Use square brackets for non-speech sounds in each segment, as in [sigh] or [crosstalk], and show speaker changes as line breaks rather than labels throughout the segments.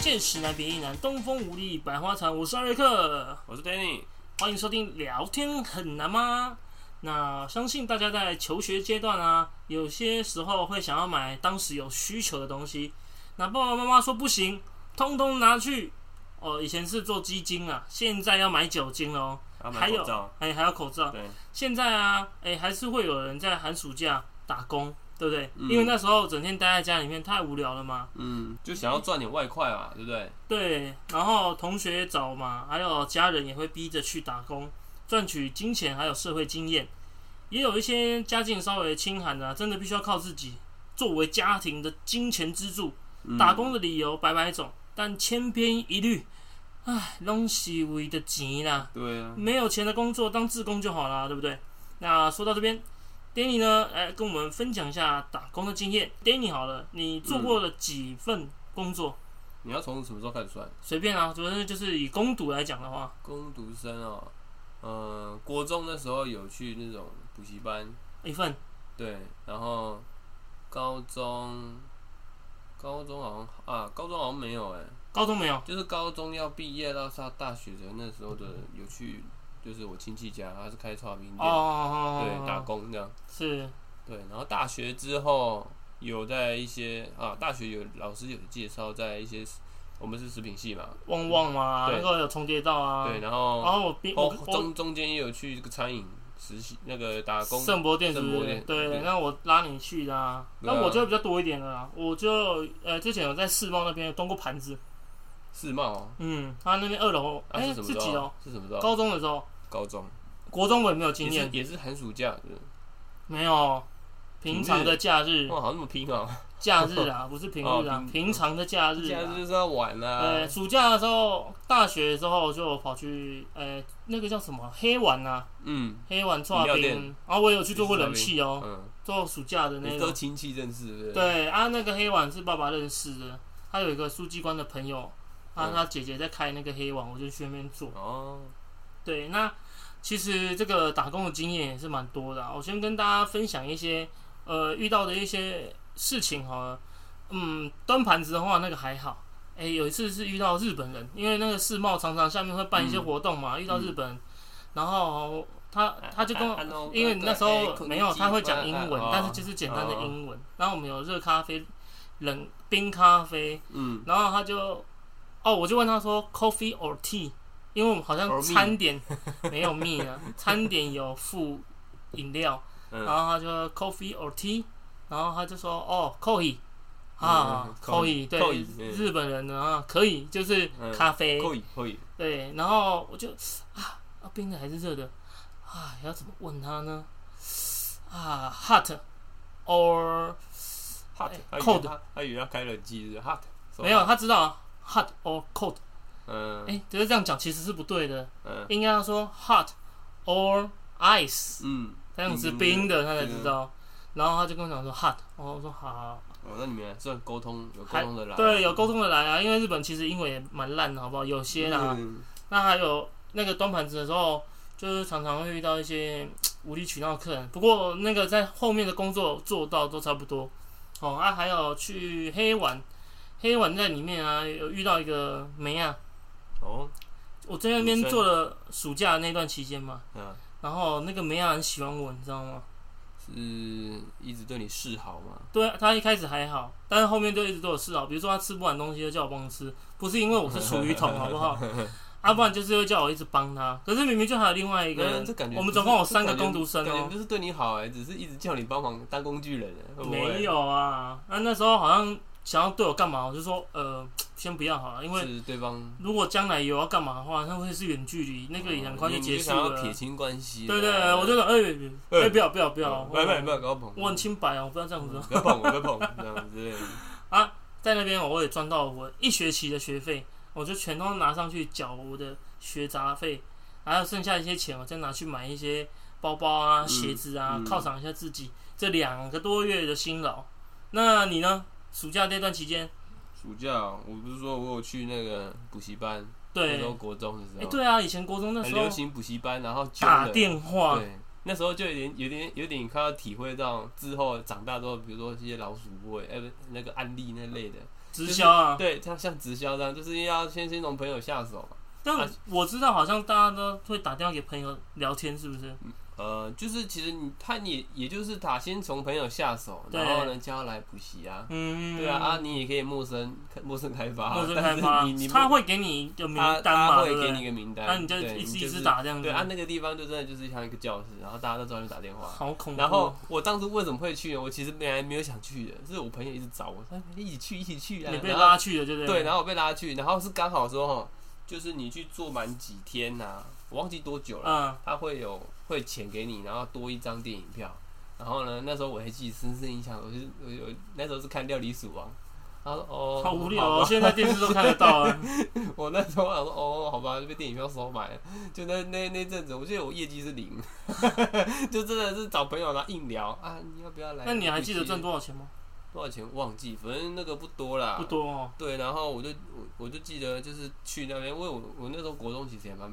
见喜难别亦难，东风无力百花残。我是艾瑞克，
我是 Danny，
欢迎收听《聊天很难吗》。那相信大家在求学阶段啊，有些时候会想要买当时有需求的东西，那爸爸妈妈说不行，通通拿去。哦，以前是做基金啊，现在要买酒精喽。
然后
还
买
有
口罩，
哎、还有口罩。
对，
现在啊，哎、还是会有人在寒暑假打工，对不对？
嗯
因为那时候整天待在家里面太无聊了嘛。
嗯，就想要赚点外快啊嘛，对不对？
对，然后同学也找嘛，还有家人也会逼着去打工，赚取金钱，还有社会经验。也有一些家境稍微清寒的啊、真的必须要靠自己作为家庭的金钱支柱。
嗯
打工的理由百百种，但千篇一律，唉，拢是为的钱啦。
对啊，
没有钱的工作当志工就好啦，对不对？那说到这边，Danny 呢，来跟我们分享一下打工的经验。Danny 好了，你做过了几份工作？
你要从什么时候开始算？
随便啊，主要是就是以攻读来讲的话，
工读生哦，嗯，国中那时候有去那种补习班，
一份
对，然后高中，高中好像啊，高中好像没有哎、
高中没有，
就是高中要毕业到上大学的那时候的有去，就是我亲戚家，他是开刨冰
哦
店，
哦，
对，打工这样。
是
对，然后大学之后有在一些啊，大学有老师有介绍在一些，我们是食品系嘛，
旺旺嘛，
嗯对
那个有重叠到啊，
对，然后
然后我边我
哦
我
中中间也有去这个餐饮实习那个打工，
圣博店是
圣
不
伯
是
店？
对，
对
那我拉你去的啊，
对啊
那我就比较多一点了啦，我就呃之前有在世贸那边端过盘子，
世贸哦，
嗯，他那边二楼，
啊
哎
是什么
是
时
几楼
候？？是什么时候？啊
高中的时候，
高中
国中我也没有经
也
验
是，也是寒暑假，对
没有平常的假日，
哇，好像那么拼哦，
假日啊，不是平日啊
哦，平
平常的假
[laughs]
日
假
啊
日。就是要玩
呃，
啦，
暑假的时候，大学的时候就跑去呃那个叫什么黑碗啊，
嗯
黑碗串
饮料
冰
店，
然后啊我也有去做过冷气哦，
嗯，
做暑假的那
你都
种。
亲戚认识对不对？
对啊，那个黑碗是爸爸认识的，他有一个书记官的朋友，啊，
嗯
他姐姐在开那个黑碗，我就去那边做。
哦，
对，那其实这个打工的经验也是蛮多的、啊。我先跟大家分享一些呃遇到的一些事情好了。嗯，端盘子的话那个还好。哎、有一次是遇到日本人，因为那个世贸常常下面会办一些活动嘛，遇到日本人，然后他他就跟我。
嗯啊啊啊
因为那时
哎
候
空
没有，
气
他会讲英文，
啊
但是就是简单的
哦
英文。然后我们有热咖啡、冷冰咖啡，
嗯，
然后他就，哦，我就问他说 coffee or tea，因为我们好
Or
像
me
餐点没有 me 啊，餐点有附饮料，
嗯
然后他就 coffee or tea，然后他就说哦 coffee 啊
嗯
coffee
coffee，
对
coffee，嗯
日本人呢啊可以就是
嗯
咖啡
可以可以，
对，然后我就啊啊冰的还是热的啊要怎么问他呢啊 hot or
hot，
哎
他以为
cold
他他以为要开冷气是 hot，so
没有，他知道啊 hot or cold。
嗯，
哎、只是这样讲其实是不对的，
嗯
应该要说 hot or ice，
嗯，
这样子冰
冰
的
的
他才知
嗯
道。然后他就跟我讲说 hot，然后我说好，
哦，那你们算沟通有沟
还
通的啦，
对，有沟通的来啊，因为日本其实英文也蛮烂的，好啊不好？有些啦，
嗯
那还有那个端盘子的时候，就是常常会遇到一些嘖无理取闹的客人。不过那个在后面的工作做到都差不多。哦，啊，还有去黑碗，黑碗在里面啊，有遇到一个梅啊，
哦，
我在那边
女生
做了暑假那段期间嘛，
嗯，
然后那个梅亚很喜欢我，你知道吗？
是一直对你示好嘛？
对啊，他一开始还好，但是后面就一直对我示啊好，比如说他吃不完东西就叫我帮他吃，不是因为我是属于桶，好不
[laughs]
好？啊，不然就是会叫我一直帮他。可是明明就还有另外一个
嗯，
人，
这感觉
我们
不是
总共有
这
三个
感觉
工读生
感觉
哦、
不是对你好哎，只是一直叫你帮忙当工具人，欸会不会
没有啊，那、那时候好像想要对我干嘛，我就说呃，先不要好了，因为
是对方
如果将来有要干嘛的话，那会是远距离，那个也很快就
哦你
结
你
束
想
了
要。撇清关系，
对对对，我就说，哎、哎、不要不要不
不
要，
不要不要不要搞碰，
我很清白哦，不要这样子哦。
不要碰 [laughs] 我，不要碰，这样之类的，
在那边我也赚到我一学期的学费，我就全都拿上去缴我的学杂费，还有剩下一些钱，我再拿去买一些包包啊、
嗯
鞋子啊，
嗯
犒赏一下自己这两个多月的辛劳。那你呢？暑假这段期间，
暑假我不是说我有去那个补习班，那
对
时，候国中的时
哎、
候，
对啊，以前国中那
很
时
流
候
行补习班，然后揪
打
人
电话，
对，那时候就有点、有点、有点呃快要体会到之后长大之后，比如说一些老鼠会，哎、不，那个案例那类的，
直销啊。
对，像像直销这样，就是要先先从朋友下手嘛。
但我知道，好像大家都会打电话给朋友聊天，是不是？
呃，就是其实你他也也就是打先从朋友下手，
对
然后呢叫他来补习啊。
嗯，
对啊，啊，你也可以陌生陌生开发，
陌生
但
开
是
发
你你，
他会给你一个名
他
单
他
嘛，对
会
不
给你一
对？
个名单，
那你就
对
一次一
是
次打这样子
对，，啊，那个地方就真的就是像一个教室，然后大家都知道去打电
[laughs]
话。
好恐怖。哦
然后我当初为什么会去呢？我其实本来没有想去的，是我朋友一直找我，说一起去，一起去啊。
你被
然后
拉去了，对不
对，
对？
然后我被拉去，然后是刚好说哈，就是你去做满几天呐、我忘记多久了，
嗯，
他会有会钱给你，然后多一张电影票。然后呢，那时候我还记得深深印象，我就是我有那时候是看《料理鼠王》，然后说哦，
好无聊
好吧
哦，现在电视都看得到
[laughs]
啊。
我那时候想说，哦，好吧，就被电影票收买了。就那那那阵子，我记得我业绩是零， [laughs] 就真的是找朋友然后硬聊啊，你要不要来？
那你还记得赚
多
多少钱吗？
多少钱？忘记，反正那个不多啦，
不。多哦，
对，然后我就我我就记得就是去那边，因为我我那时候国中其实也蛮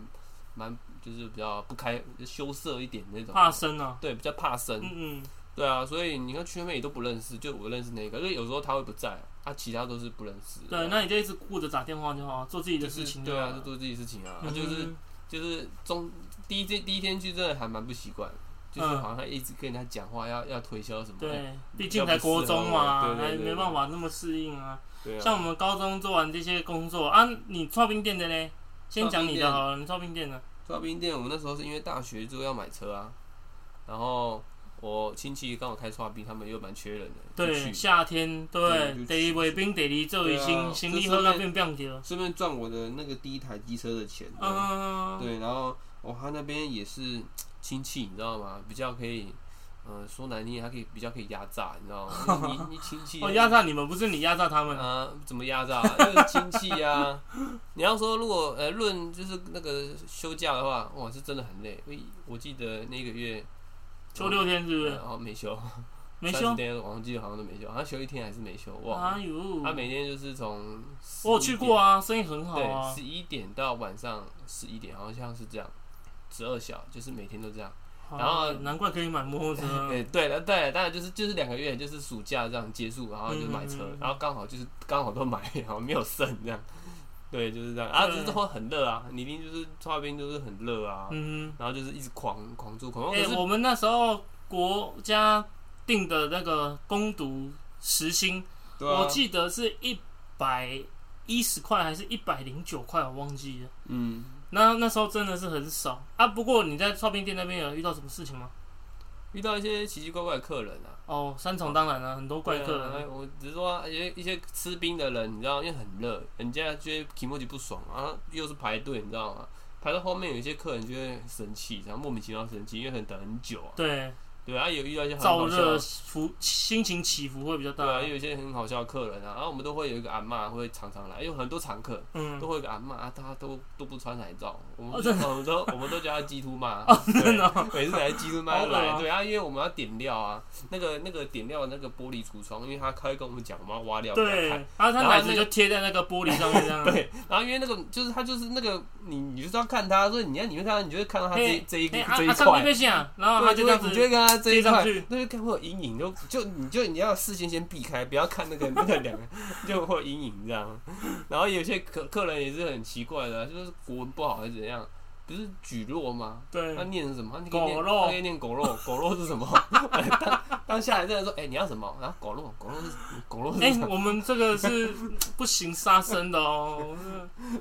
蛮就是比较不开羞涩一点那种，
怕生啊。
对，比较怕生。
嗯嗯，
对啊，所以你看去那边也都不认识，就我认识那个，因为有时候他会不在，啊，其他都是不认识的。
对，那你就一直顾着打电话就好，做自己
就
的
是
事情
对
好
啊，
了
就做自己事情啊，啊
嗯
就是就是中第一天第一天去真的还蛮不习惯，就是好像一直跟人家讲话要要推销什么的，
嗯对，毕竟才国中嘛，
比较不适合对
还
对对
没办法那么适应啊。
对啊，
像我们高中做完这些工作啊，你刨冰店的嘞，先讲你的好了，你刨冰店的，
抓冰啊店，我们那时候是因为大学之后要买车啊，然后我亲戚刚好开抓冰，他们又蛮缺人的，就
对，
去
夏天
对
对，
就
得
去
卫兵得离做一
对啊
行行李
这
盒
是
到
那
变变掉，
顺便赚我的那个第一台机车的钱，
嗯，
对，然后我他那边也是亲戚，你知道吗？比较可以。嗯，说难听，他可以比较可以压榨，你知道吗？你你你亲
[laughs]
戚
哦，压榨你们不是你压榨他们啊，
啊， [laughs] 怎么压榨？就是亲戚啊。你要说如果呃论就是那个休假的话，哇，是真的很累。我我记得那个月
休六天是不是？
然后没休，
没
30
休，
嗯天我记得好像都没休，好像休一天还是没休，哇。
哎呦，
他每天就是从
我有去过
啊，
啊，生意很好
对，
啊，
十一点到晚上十一点，好像是这样，十二小就是每天都这样。
好啊
然后
难怪可以买摩托车，
哎、 [laughs] 对了，对了，当然就是就是两个月，就是暑假这样结束，然后就买车，
嗯
然后刚好就是刚好都买，然后没有剩这样，对，就是这样啊，
对
就是会很热啊，你一定就是哈尔滨就是很热啊，
嗯，
然后就是一直狂狂住狂住，
哎
可，是
我们那时候国家定的那个攻读时薪
对啊
我，记得是一百一十块还是一百零九块，我忘记了。
嗯，
那那时候真的是很少啊。不过你在刨冰店那边有遇到什么事情吗？
遇到一些奇奇怪怪的客人啊，
哦，三重当然了、很多怪客
对啊
人。
我只是说啊一些一些吃冰的人，你知道，因为很热，人家觉得提莫吉不爽啊，又是排队，你知道吗？排到后面有一些客人就会生气，然后莫名其妙生气，因为很等很久啊。
对，
对啊，有遇到一些很
燥
好笑的
热浮心情起伏会比较大。
对啊，也有一些很好笑的客人啊，然后我们都会有一个阿嬷会常常来，因为很多常客
嗯
都，会有一个阿嬷，啊，她都都不穿奶罩，我们
哦
就我们都我们都叫她鸡突妈，真的，每次来鸡突
好
妈
恶啊
来，对啊，因为我们要点料啊，那个那个点料的那个玻璃橱窗，因为她她会跟我们讲我们要挖料给她
对嗯
看，，
然后他
然后
奶子
那
就贴在那个玻璃上面这样。
[laughs]
哎
对，然后因为那个就是她就是那个你你就是要看她，所以你要你会看她，你就会看到她这
嘿
这一
哎，啊
这一
啊，上
块
面。被下，然后他
对
就这样
会你就
子。
会跟他这一
贴上
块
去，
那就看会有阴影，就就你就你要事先先避开，不要看那个 [laughs] 那个两个，就会有阴影这样。然后有些客客人也是很奇怪的啊，就是国文不好还是怎样，不是举弱吗？
对
他，念什么？他可以念
嗯狗肉
他可以念狗肉，狗肉是什么？ [laughs] 当当下来真的说，哎、你要什么？然后狗肉，狗肉是狗肉
哎
是什，么？
我们这个
[laughs]
是不行杀生的哦，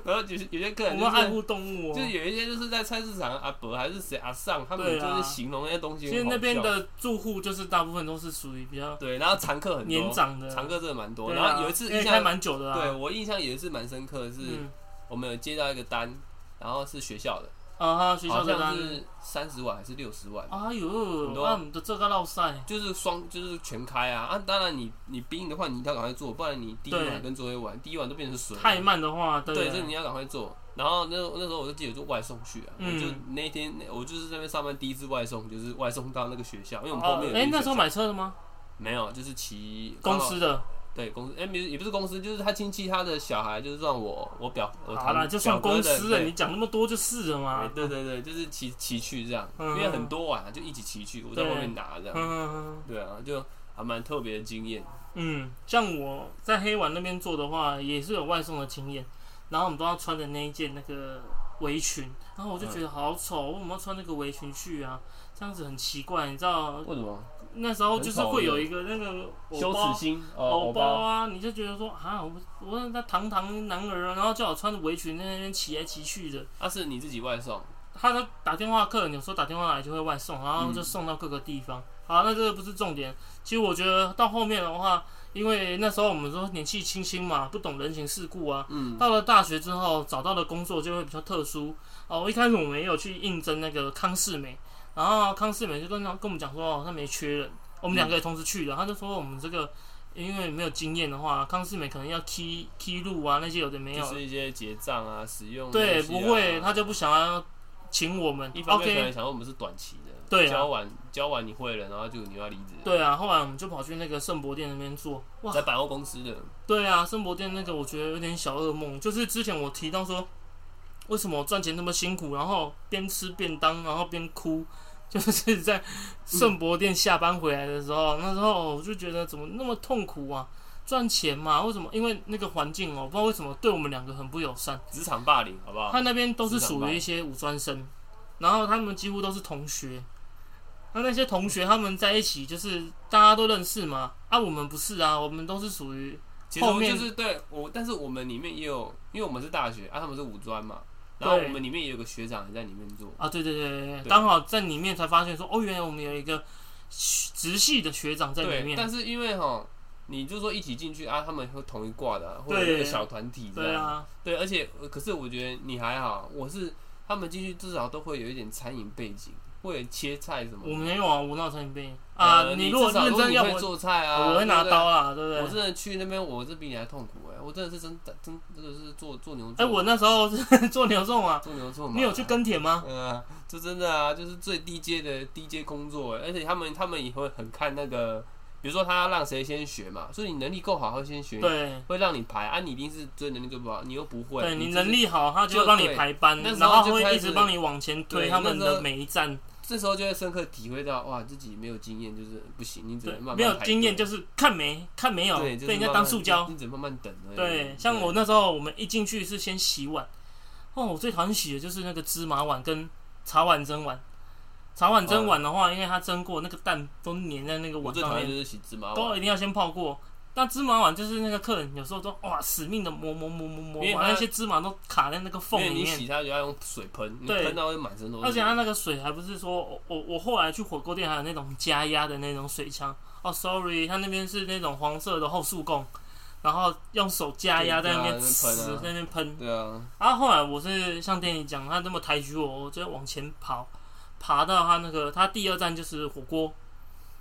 然后有些有些客
我
人就
们爱
是。
护动物哦
就是。有一些就是在菜市场阿伯还是谁阿上，他
对
们
啊
就是形容那些东西
其
很
实那边
好笑
的住户就是大部分都是属于比较
对，然后常客很多，
年长的，
常客真的蛮多。
嗯对
然
啊，
后有一次
因为
印
开
象，
蛮久的啊，
对我印象有一次蛮深刻的是，
嗯，
我们有接到一个单，然后是学校的，
啊哈，学校
好
的
像
单，
是三十万还是六十万，
哎
很
呦，
多
那你的这个绕赛，
就是双就是全开啊啊！当然你你冰的话，你一定要赶快做，不然你第一
对
晚跟昨天晚，第一晚都变成水了。
太慢的话，
对，
对
所以你要赶快做。然后那那时候我就记得就外送去啊，
嗯
我就那天我就是在那边上班第一次外送，就是外送到那个学校，因为我们后
哦
面，有一
哎，
个
那
学
时候
校
买车的吗？
没有，就是骑
公司的，
对公司，哎、不是也不是公司，就是他亲戚他的小孩，就是算我我表我
好了，
堂
就算
表哥
公
的
司了，
对
你讲那么多就是了嘛
哎。对对对，就是骑骑去这样，
嗯
因为很多碗啊就一起骑去，我在
对
后面拿这样，
嗯
对啊，就还蛮特别的经验。
嗯，像我在黑丸那边做的话，也是有外送的经验，然后我们都要穿的那一件那个围裙，然后我就觉得好丑，我为什么要穿那个围裙去啊？这样子很奇怪，你知道
为什么？
那时候就是会有一个那个
羞
偶包
耻心，哦，
偶
偶
包
包，
啊，你就觉得说啊，我我那堂堂男儿啊，然后叫我穿着围裙在那边骑来骑去的，
啊，是你自己外送，
他都打电话，客人有时候打电话来就会外送，然后就送到各个地方。好，那这个不是重点。其实我觉得到后面的话，因为那时候我们说年纪轻轻嘛，不懂人情世故啊。
嗯，
到了大学之后，找到的工作就会比较特殊。哦，一开始我们也有去应征那个康世美，然后康世美就跟他跟我们讲说，哦，他没缺人。我们两个也同时去的，他就说我们这个因为没有经验的话，康世美可能要 key key 路啊那些有的没有
就
的，
是一些结账啊、使用、
对，不会，他。就不想要请我们。
一方面可
OK，
能想说我们是短期的，
对啊
交完交完你会了，然后就你又要离职，，
对啊，后来我们就跑去那个圣博店那边做。哇，
在百货公司的，
对啊，圣博店那个我觉得有点小噩梦，就是之前我提到说，为什么我赚钱那么辛苦，然后边吃便当，然后边哭。 [laughs] 就是在圣博店下班回来的时候，那时候我就觉得怎么那么痛苦啊？赚钱嘛，为什么？因为那个环境哦、不知道为什么对我们两个很不友善。
职场霸凌，好不好
他？那边都是属于一些五专生，然后他们几乎都是同学。那那些同学他们在一起，就是大家都认识嘛。啊，我们不是啊，我们都是属于
其实我
后面
就是对我，但是我们里面也有，因为我们是大学啊，他们是五专嘛，然后
对
我们里面也有个学长也在里面做，
啊，对对对对对，
对
刚好在里面才发现说，哦，原来我们有一个直系的学长在里
对，
面。
但是因为哈，你就说一起进去啊，他们会同一挂的、啊，或
对
者一个小团体这
对
样，
啊，
对，而且呃可是我觉得你还好，我是他们进去至少都会有一点餐饮背景，会有切菜什么
我
的。
没有啊，我哪有传染病啊？
呃
你
你
如果
至少
认真要
你会
我，
做菜啊，
我会拿
对不对
刀啦，对不
我
对？
真的去那边，我这比你还痛苦哎、我真的是真的真真的是做做牛
哎，
做，
我那时候是 [laughs] 做牛种啊，
做牛做马。
你有去耕田吗？
嗯、这真的啊，就是最低阶的低阶工作、欸而且他们他们也会很看那个，比如说他要让谁先学嘛，所以你能力够好，他会先学，
对，
会让你排啊，你一定是最能力最不好，你又不会，
对你
就是
能力好，他就帮你排班，
那时
然
候
后
就开
会一
始
直帮你往前推
对
他们
那时
的
候
每一站。
这时候就会深刻体会到，哇，自己没有经验就是不行，你只
对
能慢，慢
没有
排
经验
队
就是看没看没有，
对，
被
就是
人家
慢
当
慢
塑胶。
你只能慢慢等而已。
对，像我那时候，我们一进去是先洗碗。哦，我最讨厌洗的就是那个芝麻碗跟茶碗蒸碗。茶碗蒸碗的话，因为它蒸过，那个蛋都粘在那个
嗯我
碗
最
上
讨厌就
面，
是洗芝麻
都
碗，
一定要先泡过。那芝麻碗就是那个客人有时候都哇死命的磨磨磨磨
因为
磨，
它
把那些芝麻都卡在那个
因
缝
为
里
你
面。
洗它就要用水喷，你
对
喷到会满身都是。
而且它那个水还不是说我我我后来去火锅店还有那种加压的那种水枪哦，sorry，它那边是那种黄色的后束供，然后用手加压
对
在那边
对啊那边
呲
喷啊
在那边喷。
对啊，
然后后来我是像店里讲，他那么抬举我，我就往前跑，爬到他那个他第二站就是火锅，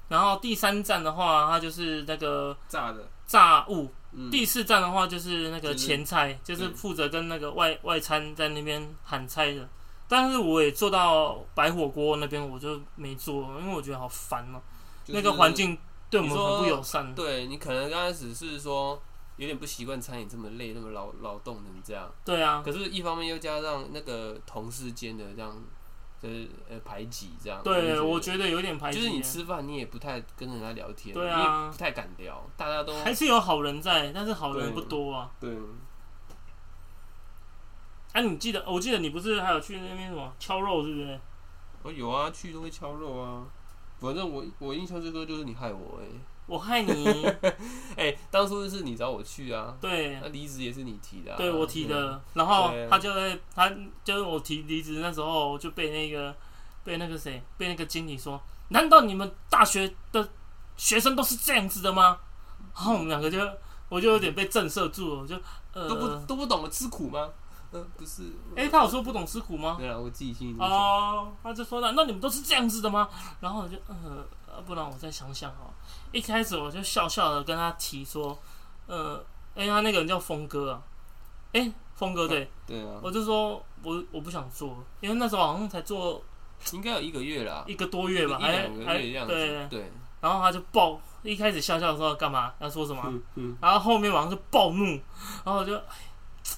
然后第三站的话，它就是那个
炸的，
炸物，
嗯
第四站的话就是那个
就是
前菜，就是负责跟那个外外餐在那边喊菜的。但是我也做到白火锅那边，我就没做，因为我觉得好烦哦、
就是
那个环境对我们
你说
很不友善。
对你可能刚开始是说有点不习惯餐饮这么累，那么劳劳动成这样，
对啊，
可是，一方面又加上那个同事间的这样，就是呃排挤这样。
对，我
得
觉得有点排
就
挤。
是你吃饭，你也不太跟人家聊天，
对啊
你也不太敢聊，大家都
还是有好人在，但是好人
对
不多啊。
对
哎、你记得，我记得你不是还有去那边什么敲肉，是不是？
我有啊，去都会敲肉啊。反正我我印象最深就是你害我哎、
我害
[laughs]
你，
欸、哎、当初是你找我去啊，
对
那离职也是你提的、啊，
对，我提
嗯，
的。然后
对
他就会，他就是我提离职那时候就被那个被那个谁被那个经理说，难道你们大学的学生都是这样子的吗？然后我们两个就我就有点被震慑住了，我就
都不
呃，
都不懂得吃苦吗？嗯、不是，
哎、他有说不懂吃苦吗？
对啊，我自己心里这么想
哦，他就说难道你们都是这样子的吗？然后我就呃，呃不然我再想想哈。一开始我就笑笑的跟他提说，呃，哎、他那个人叫峰哥啊，哎、峰哥对，
对啊，
我就说我我不想做，因为那时候好像才做
应该有一个月啦，
一个多月吧，
一
还
两个
还
月的样子
对，，
对，
然后他就爆一开始笑笑的时候干嘛要说什么，
嗯嗯，
然后后面马上就暴怒，然后我就唉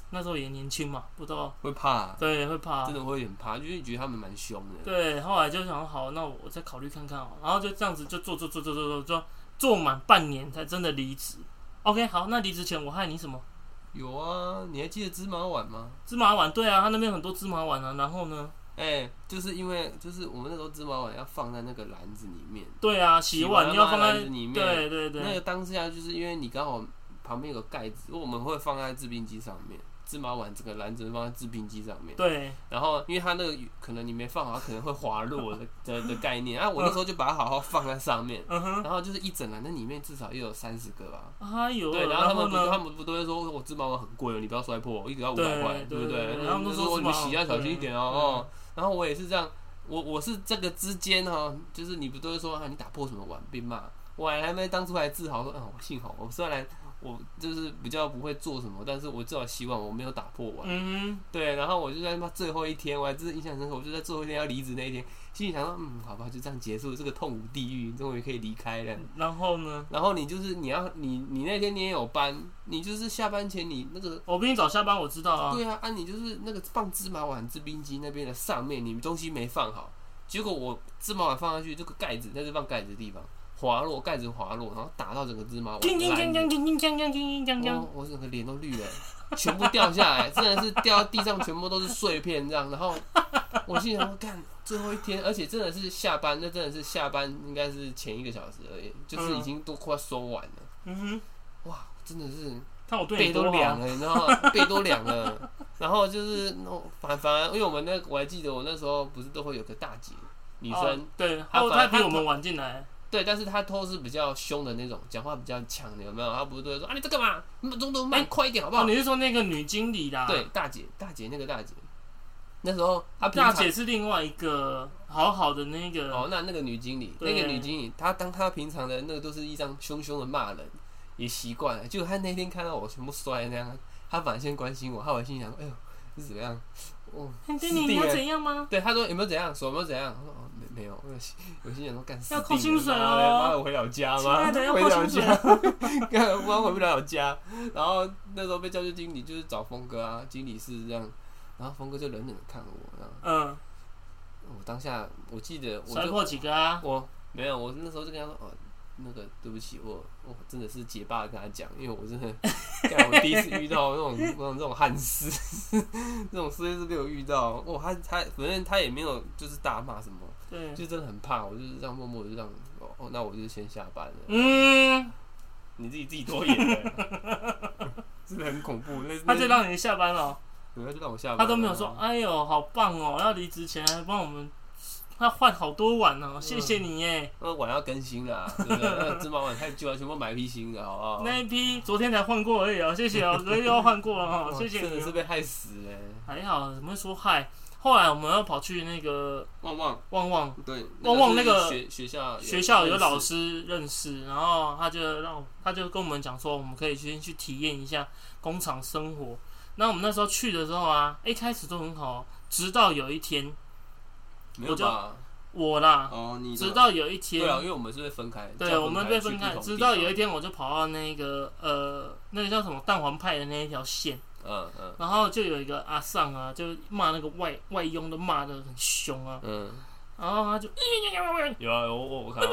那时候也年轻嘛，不知道
会怕，
对会怕
真，的会很怕，就是觉得他们蛮凶的。
对，后来就想好，那我再考虑看看哦，然后就这样子就做做做做做做做做满半年才真的离职。OK，好，那离职前我害你什么？
有啊，你还记得芝麻碗吗？
芝麻丸，对啊，他那边很多芝麻丸啊。然后呢？
哎、就是因为就是我们那时候芝麻碗要放在那个篮子里面，
对啊，洗碗你要放
篮
在
子，里面，
对对对，
那个当下就是因为你刚好旁边有个盖子，我们会放在制冰机上面，芝麻碗整个篮子放在制冰机上面。
对
然后因为它那个可能你没放好，它可能会滑落的的的概念。啊，我那时候就把它好好放在上面，
嗯哼，
然后就是一整篮，那里面至少也有三十个吧。
哎呦，
对，然后他们不，他
呢？
们不都会说，我芝麻碗很贵哦，你不要摔破，一个要五
对
百块，对不
对对
对？
对他们都
就
说
说
芝
你
麻
们洗要小心一点哦。
对
哦，然后我也是这样，我我是这个之间哈，就是你不都会说啊，你打破什么碗被骂，我还没当初还自豪说，嗯，我幸好我虽然我就是比较不会做什么，但是我至少希望我没有打破碗。
嗯
对，然后我就在他妈最后一天，我还真是印象深刻，我就在最后一天要离职那一天，心里想说，嗯，好吧，就这样结束这个痛苦地狱，终于可以离开了。
哼，然后呢？
然后你就是你要你你那天你也有班，你就是下班前你那个。
我比你早下班，我知道啊。
对啊，啊，你就是那个放芝麻碗制冰机那边的上面，你东西没放好，结果我芝麻碗放上去，这个盖子那是放盖子的地方滑落，盖子滑落，然后打到整个芝麻
[laughs]
碗
叮叮
烂
叮
掉
叮叮叮叮叮叮叮
哦，我整个脸都绿了，全部掉下来，真的是掉到地上，全部都是碎片这样。然后我心想说，干最后一天，而且真的是下班，那真的是下班，应该是前一个小时而已，就是已经都快收完了。
嗯哼，
哇，真的是
看我对
背
你
都
多
凉
好。啊
了，你知道吗？背都凉了。然后就是那种反反而，因为我们那我还记得我那时候不是都会有个大姐女生，
哦对，
她
还有
反
他比
她
我们晚进来，
对，但是她都是比较凶的那种，讲话比较强的，有没有？她不是都会说啊你在干嘛？你把动作慢快一点好不好
哦，？你是说那个女经理啦？
对，，大姐，大姐那个大姐，那时候她平
大
常
姐是另外一个好好的那
哦
个，，
那那个女经理，那
对
个女经理，她当她平常的那个都是一张凶凶的骂人，也习惯了。就她那天看到我全部摔那样，她反而先关心我，她我心想，哎呦，是怎么样？哦，
你哎对
死
你
定
要
了
怎样吗？
对，她说有没有怎样，手有没有怎样？我说哦，没没有，我心我心想说干死
要
定
扣
了
薪水
妈的
哦
妈的，我回了家
亲
吗？
爱的要
回
扣
了
薪
家， [laughs] 干不然回不了家。然后那时候被叫去经理，就是找峰哥啊，经理是这样，然后峰哥就冷冷的看我，然后。哦
嗯，
我当下我记得我
摔
就
破几个啊？
我没有，我那时候就跟他说，哦，那个对不起，我我真的是结巴地跟他讲，因为我
[laughs]
真的，干我第一次遇到那种那种这种汉斯， [laughs] 这种事是被我遇到，哦，他他反正他也没有就是大骂什么，
对，
就真的很怕，我就是这样默默的就这样，哦哦，那我就先下班了，
嗯，
你自己自己多演的， [laughs] 真的很恐怖，那
他就
那
让你下班了。
对他就让我下班了，啊
他都没有说，哎呦，好棒哦！要离职前还帮我们，他换好多碗哦，谢谢你耶。
那碗要更新啦，对不对？那芝麻碗太旧了，全部买一批新的，好不
[laughs]
好？
那一批昨天才换过而已哦，谢谢哦，昨天又换过了哦，
哇
谢谢
真的
你
是
哦。
被害死哎、
还好，怎么会说嗨？后来我们要跑去那个
旺旺，
旺旺
对，
旺旺那个
是学学校
学校有老
师，
师认识，然后他就让我他就跟我们讲说，我们可以先去体验一下工厂生活。那我们那时候去的时候啊，一开始都很好哦，直到有一天
没有吧？
我啦，
哦，你
直到有一天
对啊，因为我们是被分开，
对，
叫
我们被分开，
去不同
直
地方
到有一天我就跑到那个呃，那个叫什么蛋黄派的那一条线，
嗯嗯
然后就有一个阿尚啊，就骂那个外外佣都骂的很凶啊，
嗯，
然后他就
有啊，有我我看到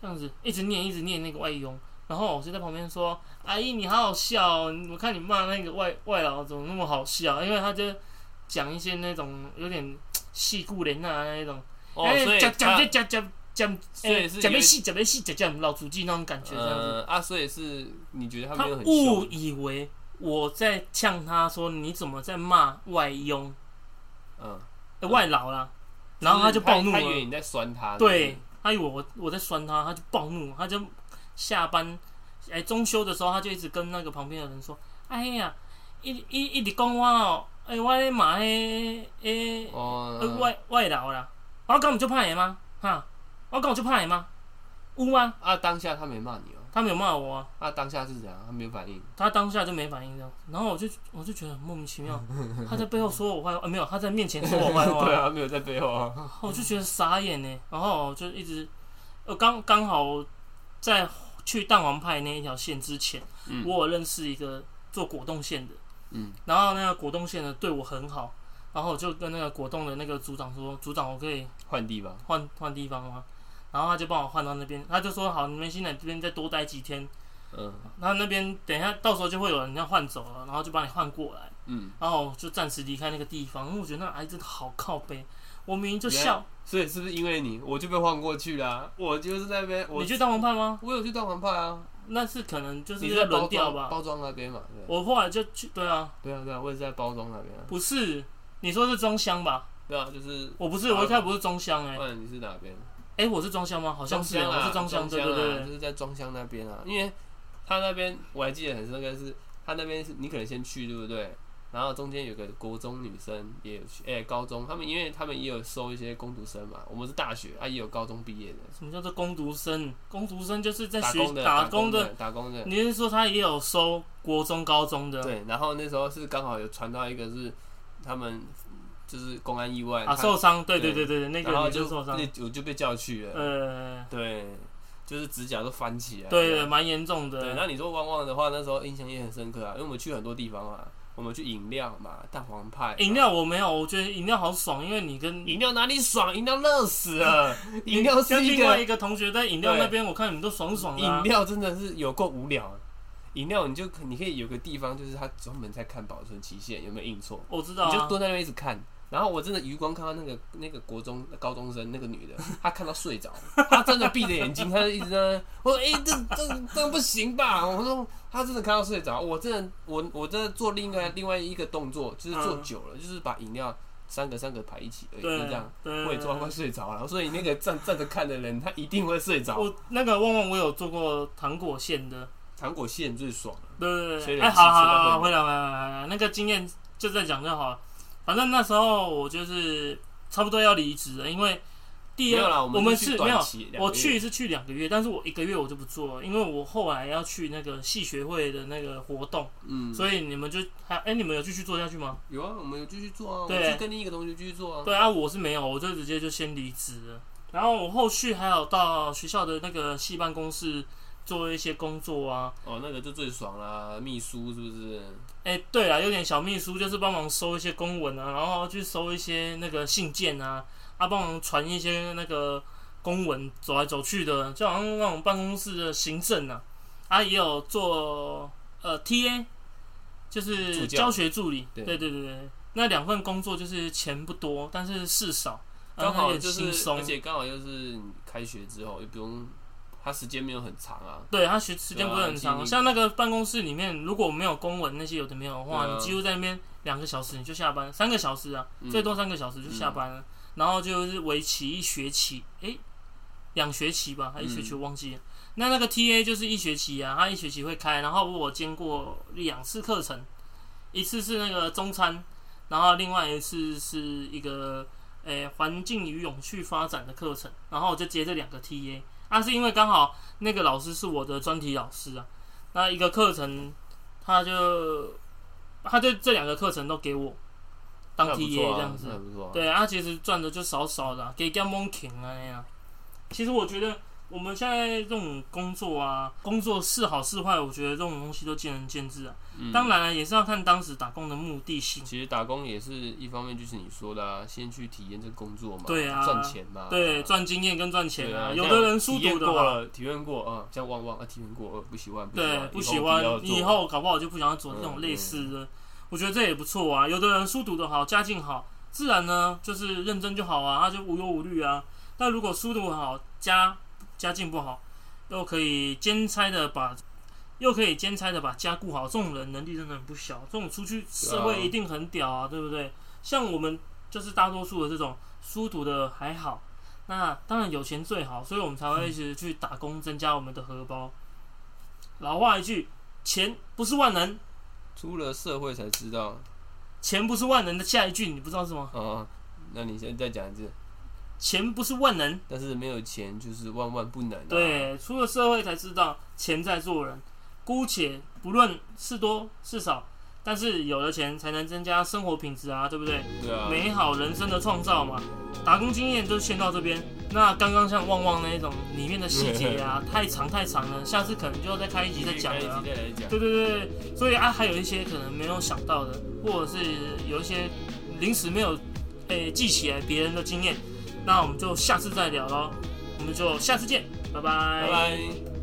这样子一直念一直念那个外佣，然后我就在旁边说：“阿姨你好好笑、哦，我看你骂那个外外劳怎么那么好笑？因为他就讲一些那种有点戏故连啊那一种，
哦，
哎
所以
讲讲
他
就讲讲讲，
所
哎
以是
讲
有
没戏讲没戏讲讲老主机那种感觉这样子。”
嗯啊，所以是你觉得他
他
没有很
误
凶，
以为我在呛他说你怎么在骂外佣、
嗯，
呃外劳啦，然后他就暴怒
他以啊为
了，
你在酸他，
对，他以为我我在酸他，他就暴怒，他就下班哎、中休的时候，他就一直跟那个旁边的人说，哎呀，一一一直讲我哦，哎、我在骂迄诶
哦，
哎外外劳啦，我讲你就怕人吗？哈，我讲我就怕人吗？有吗？
啊，当下他没骂你哦，
他没有骂我啊。
啊，当下是怎样？他没有反应，
他当下就没反应这样，然后我就我就觉得很莫名其妙，他在背后说我坏话，呃、没有，他在面前说我坏话，
对啊，没有在
哦
背后啊，
我就觉得傻眼呢。然后我就一直，呃，刚刚好在去蛋黄派那一条线之前，
嗯
我有认识一个做果冻线的，
嗯，
然后那个果冻线的对我很好，然后我就跟那个果冻的那个组长说，组长我可以
换地方，
换换地方吗？然后他就帮我换到那边，他就说好，你们先在这边再多待几天，
嗯
然后那边等一下到时候就会有人要换走了，然后就把你换过来，
嗯，
然后我就暂时离开那个地方，因为我觉得那癌症好靠背，我明明就
原来
笑，
所以是不是因为你我就被换过去啦？我就是在那边，我
你去蛋黄派吗？
我有去蛋黄派啊，
那是可能就是
你
在
在
轮
包
调
装
吧。
包装那边嘛，对
我后来就去，对啊，
对啊对啊，我也是在包装那边啊，
不是，你说是装箱吧？
对啊，就是
我不是，我一开
啊
始不是装箱哎、
不然你是哪边？
哎、我是装箱吗？好像是、欸，
啊，
我是装箱，对对
啊，
对，
就是在装箱那边啊，因为他那边我还记得很深刻是，他那边是你可能先去对不对？然后中间有个国中女生也有去，哎、高中他们因为他们也有收一些工读生嘛，我们是大学啊，也有高中毕业的，
什么叫做工读生？工读生就是在
打
学
工的
打
工
工的。，嗯
打工的，
你是说他也有收国中、高中的？
对。然后那时候是刚好有传到一个是他们就是公安意外
啊，
他
受伤，对对
对
对对对，那
然
个
后
女
就
生受伤，
那我就被叫去了，
呃，
对，就是指甲都翻起来了，
对，嗯蛮严重
对，
的。
那你说旺旺的话，那时候印象也很深刻啊，因为我们去很多地方啊，我们去饮料嘛，蛋黄派嘛，
饮料我没有，我觉得饮料好爽，因为你跟
饮料哪里爽？饮料热死
[laughs]
了，饮料是
跟
一
另外
个
一个同学在饮料
对
那边，我看你们都爽爽的啊、
饮料真的是有够无聊。啊饮料你就你可以有个地方，就是他专门在看保存期限有没有印错，
我知道
你就
啊，
蹲在那边一直看。然后我真的余光看到那个那个国中高中生那个女的，她看到睡着，她真的闭着眼睛，她就一直在那，我说哎、这这这样不行吧？我说她真的看到睡着，我真的我我真的做另外另外一个动作，就是做
嗯
久了，就是把饮料三个三个排一起而已，
对啊
就这样。
对，嗯
我也做到快睡着了，所以那个站站着看的人，他一定会睡着。
我那个旺旺，我有做过糖果馅的，
糖果馅最爽了，
对对
所
对，
以人
哎，
是
好
吃
好
到
好，
会
回来回来回来，那个经验就在讲就好了。反正那时候我就是差不多要离职了，因为第
没有啦
二
我们是去
是没
短
有
期两个月
我去是去两个月，但是我一个月我就不做了，因为我后来要去那个系学会的那个活动，
嗯，
所以你们就还哎、你们有继续做下去吗？
有啊，我们有继续做啊，我
对
就跟另一个同学继续做啊，
对啊，我是没有，我就直接就先离职了。然后我后续还有到学校的那个系办公室做一些工作啊，
哦，那个就最爽啦，秘书是不是？
哎、对啊，有点小秘书，就是帮忙收一些公文啊，然后去收一些那个信件啊，啊，帮忙传一些那个公文走来走去的，就好像那种办公室的行政啊，啊，也有做呃 TA，就
助
是
教
教学助理，
对
对对对对，那两份工作就是钱不多，但是事少，
刚好
也
就是
啊轻，松
而，且刚好又是你开学之后，也不用，他时间没有很长啊。
对他学时间不是很
对
长，
啊
像那个办公室里面如果没有公文那些有的没有的话，
对啊
你几乎在那边两个小时你就下班，三个小时啊，
嗯
最多三个小时就下班了。然后就是为期一学期，诶、两学期吧，还一学期
嗯
我忘记了。那那个 TA 就是一学期啊，他一学期会开，然后我兼过两次课程，一次是那个中餐，然后另外一次是一个诶环境与永续发展的课程，然后我就接这两个 TA。啊，是因为刚好那个老师是我的专题老师啊，那一个课程他就他就这两个课程都给我当
那
TA
不错啊
这样子
那，不错啊。
对啊，其实赚的就少少的、啊，给干蒙停啊那样。其实我觉得我们现在这种工作啊，工作是好是坏，我觉得这种东西都见仁见智啊。
嗯啊
当然了，也是要看当时打工的目的性。
其实打工也是一方面，就是你说的啊，先去体验这个工作嘛，
对啊
赚钱嘛，
对，赚经验跟赚钱
对
啊，
啊。
有
像
的人书
体验
读的
过
好，
了，体验过啊，像旺旺啊，体验过，呃不喜欢，
对，不喜
以后
欢，
不要
你以
做嗯
后搞不好就不想要做这种类似的。我觉得这也不错啊。有的人书读的好，家境好，自然呢就是认真就好啊，他就无忧无虑啊。但如果书读好，家家境不好，又可以兼差的把，又可以兼差的把家顾好，这种人能力真的很不小。这种出去社
对啊
会一定很屌啊，对不对？像我们就是大多数的这种书读的还好，那当然有钱最好，所以我们才会一直去打工，增加我们的荷包。老话一句，钱不是万能，
出了社会才知道
钱不是万能的下一句你不知道是什么？
啊。那你现在再讲一次，
钱不是万能，
但是没有钱就是万万不能啊。
对，出了社会才知道钱在做人。姑且不论是多是少，但是有了钱才能增加生活品质啊，对不对？
对啊，
美好人生的创造嘛。打工经验就先到这边，那刚刚像旺旺那一种里面的细节 [laughs] 啊，太长太长了，下次可能就要再开一集再讲
一集
了啊、
再来讲。
对对对，所以啊，还有一些可能没有想到的，或者是有一些临时没有诶、记起来别人的经验，那我们就下次再聊喽，我们就下次见，拜拜
拜拜。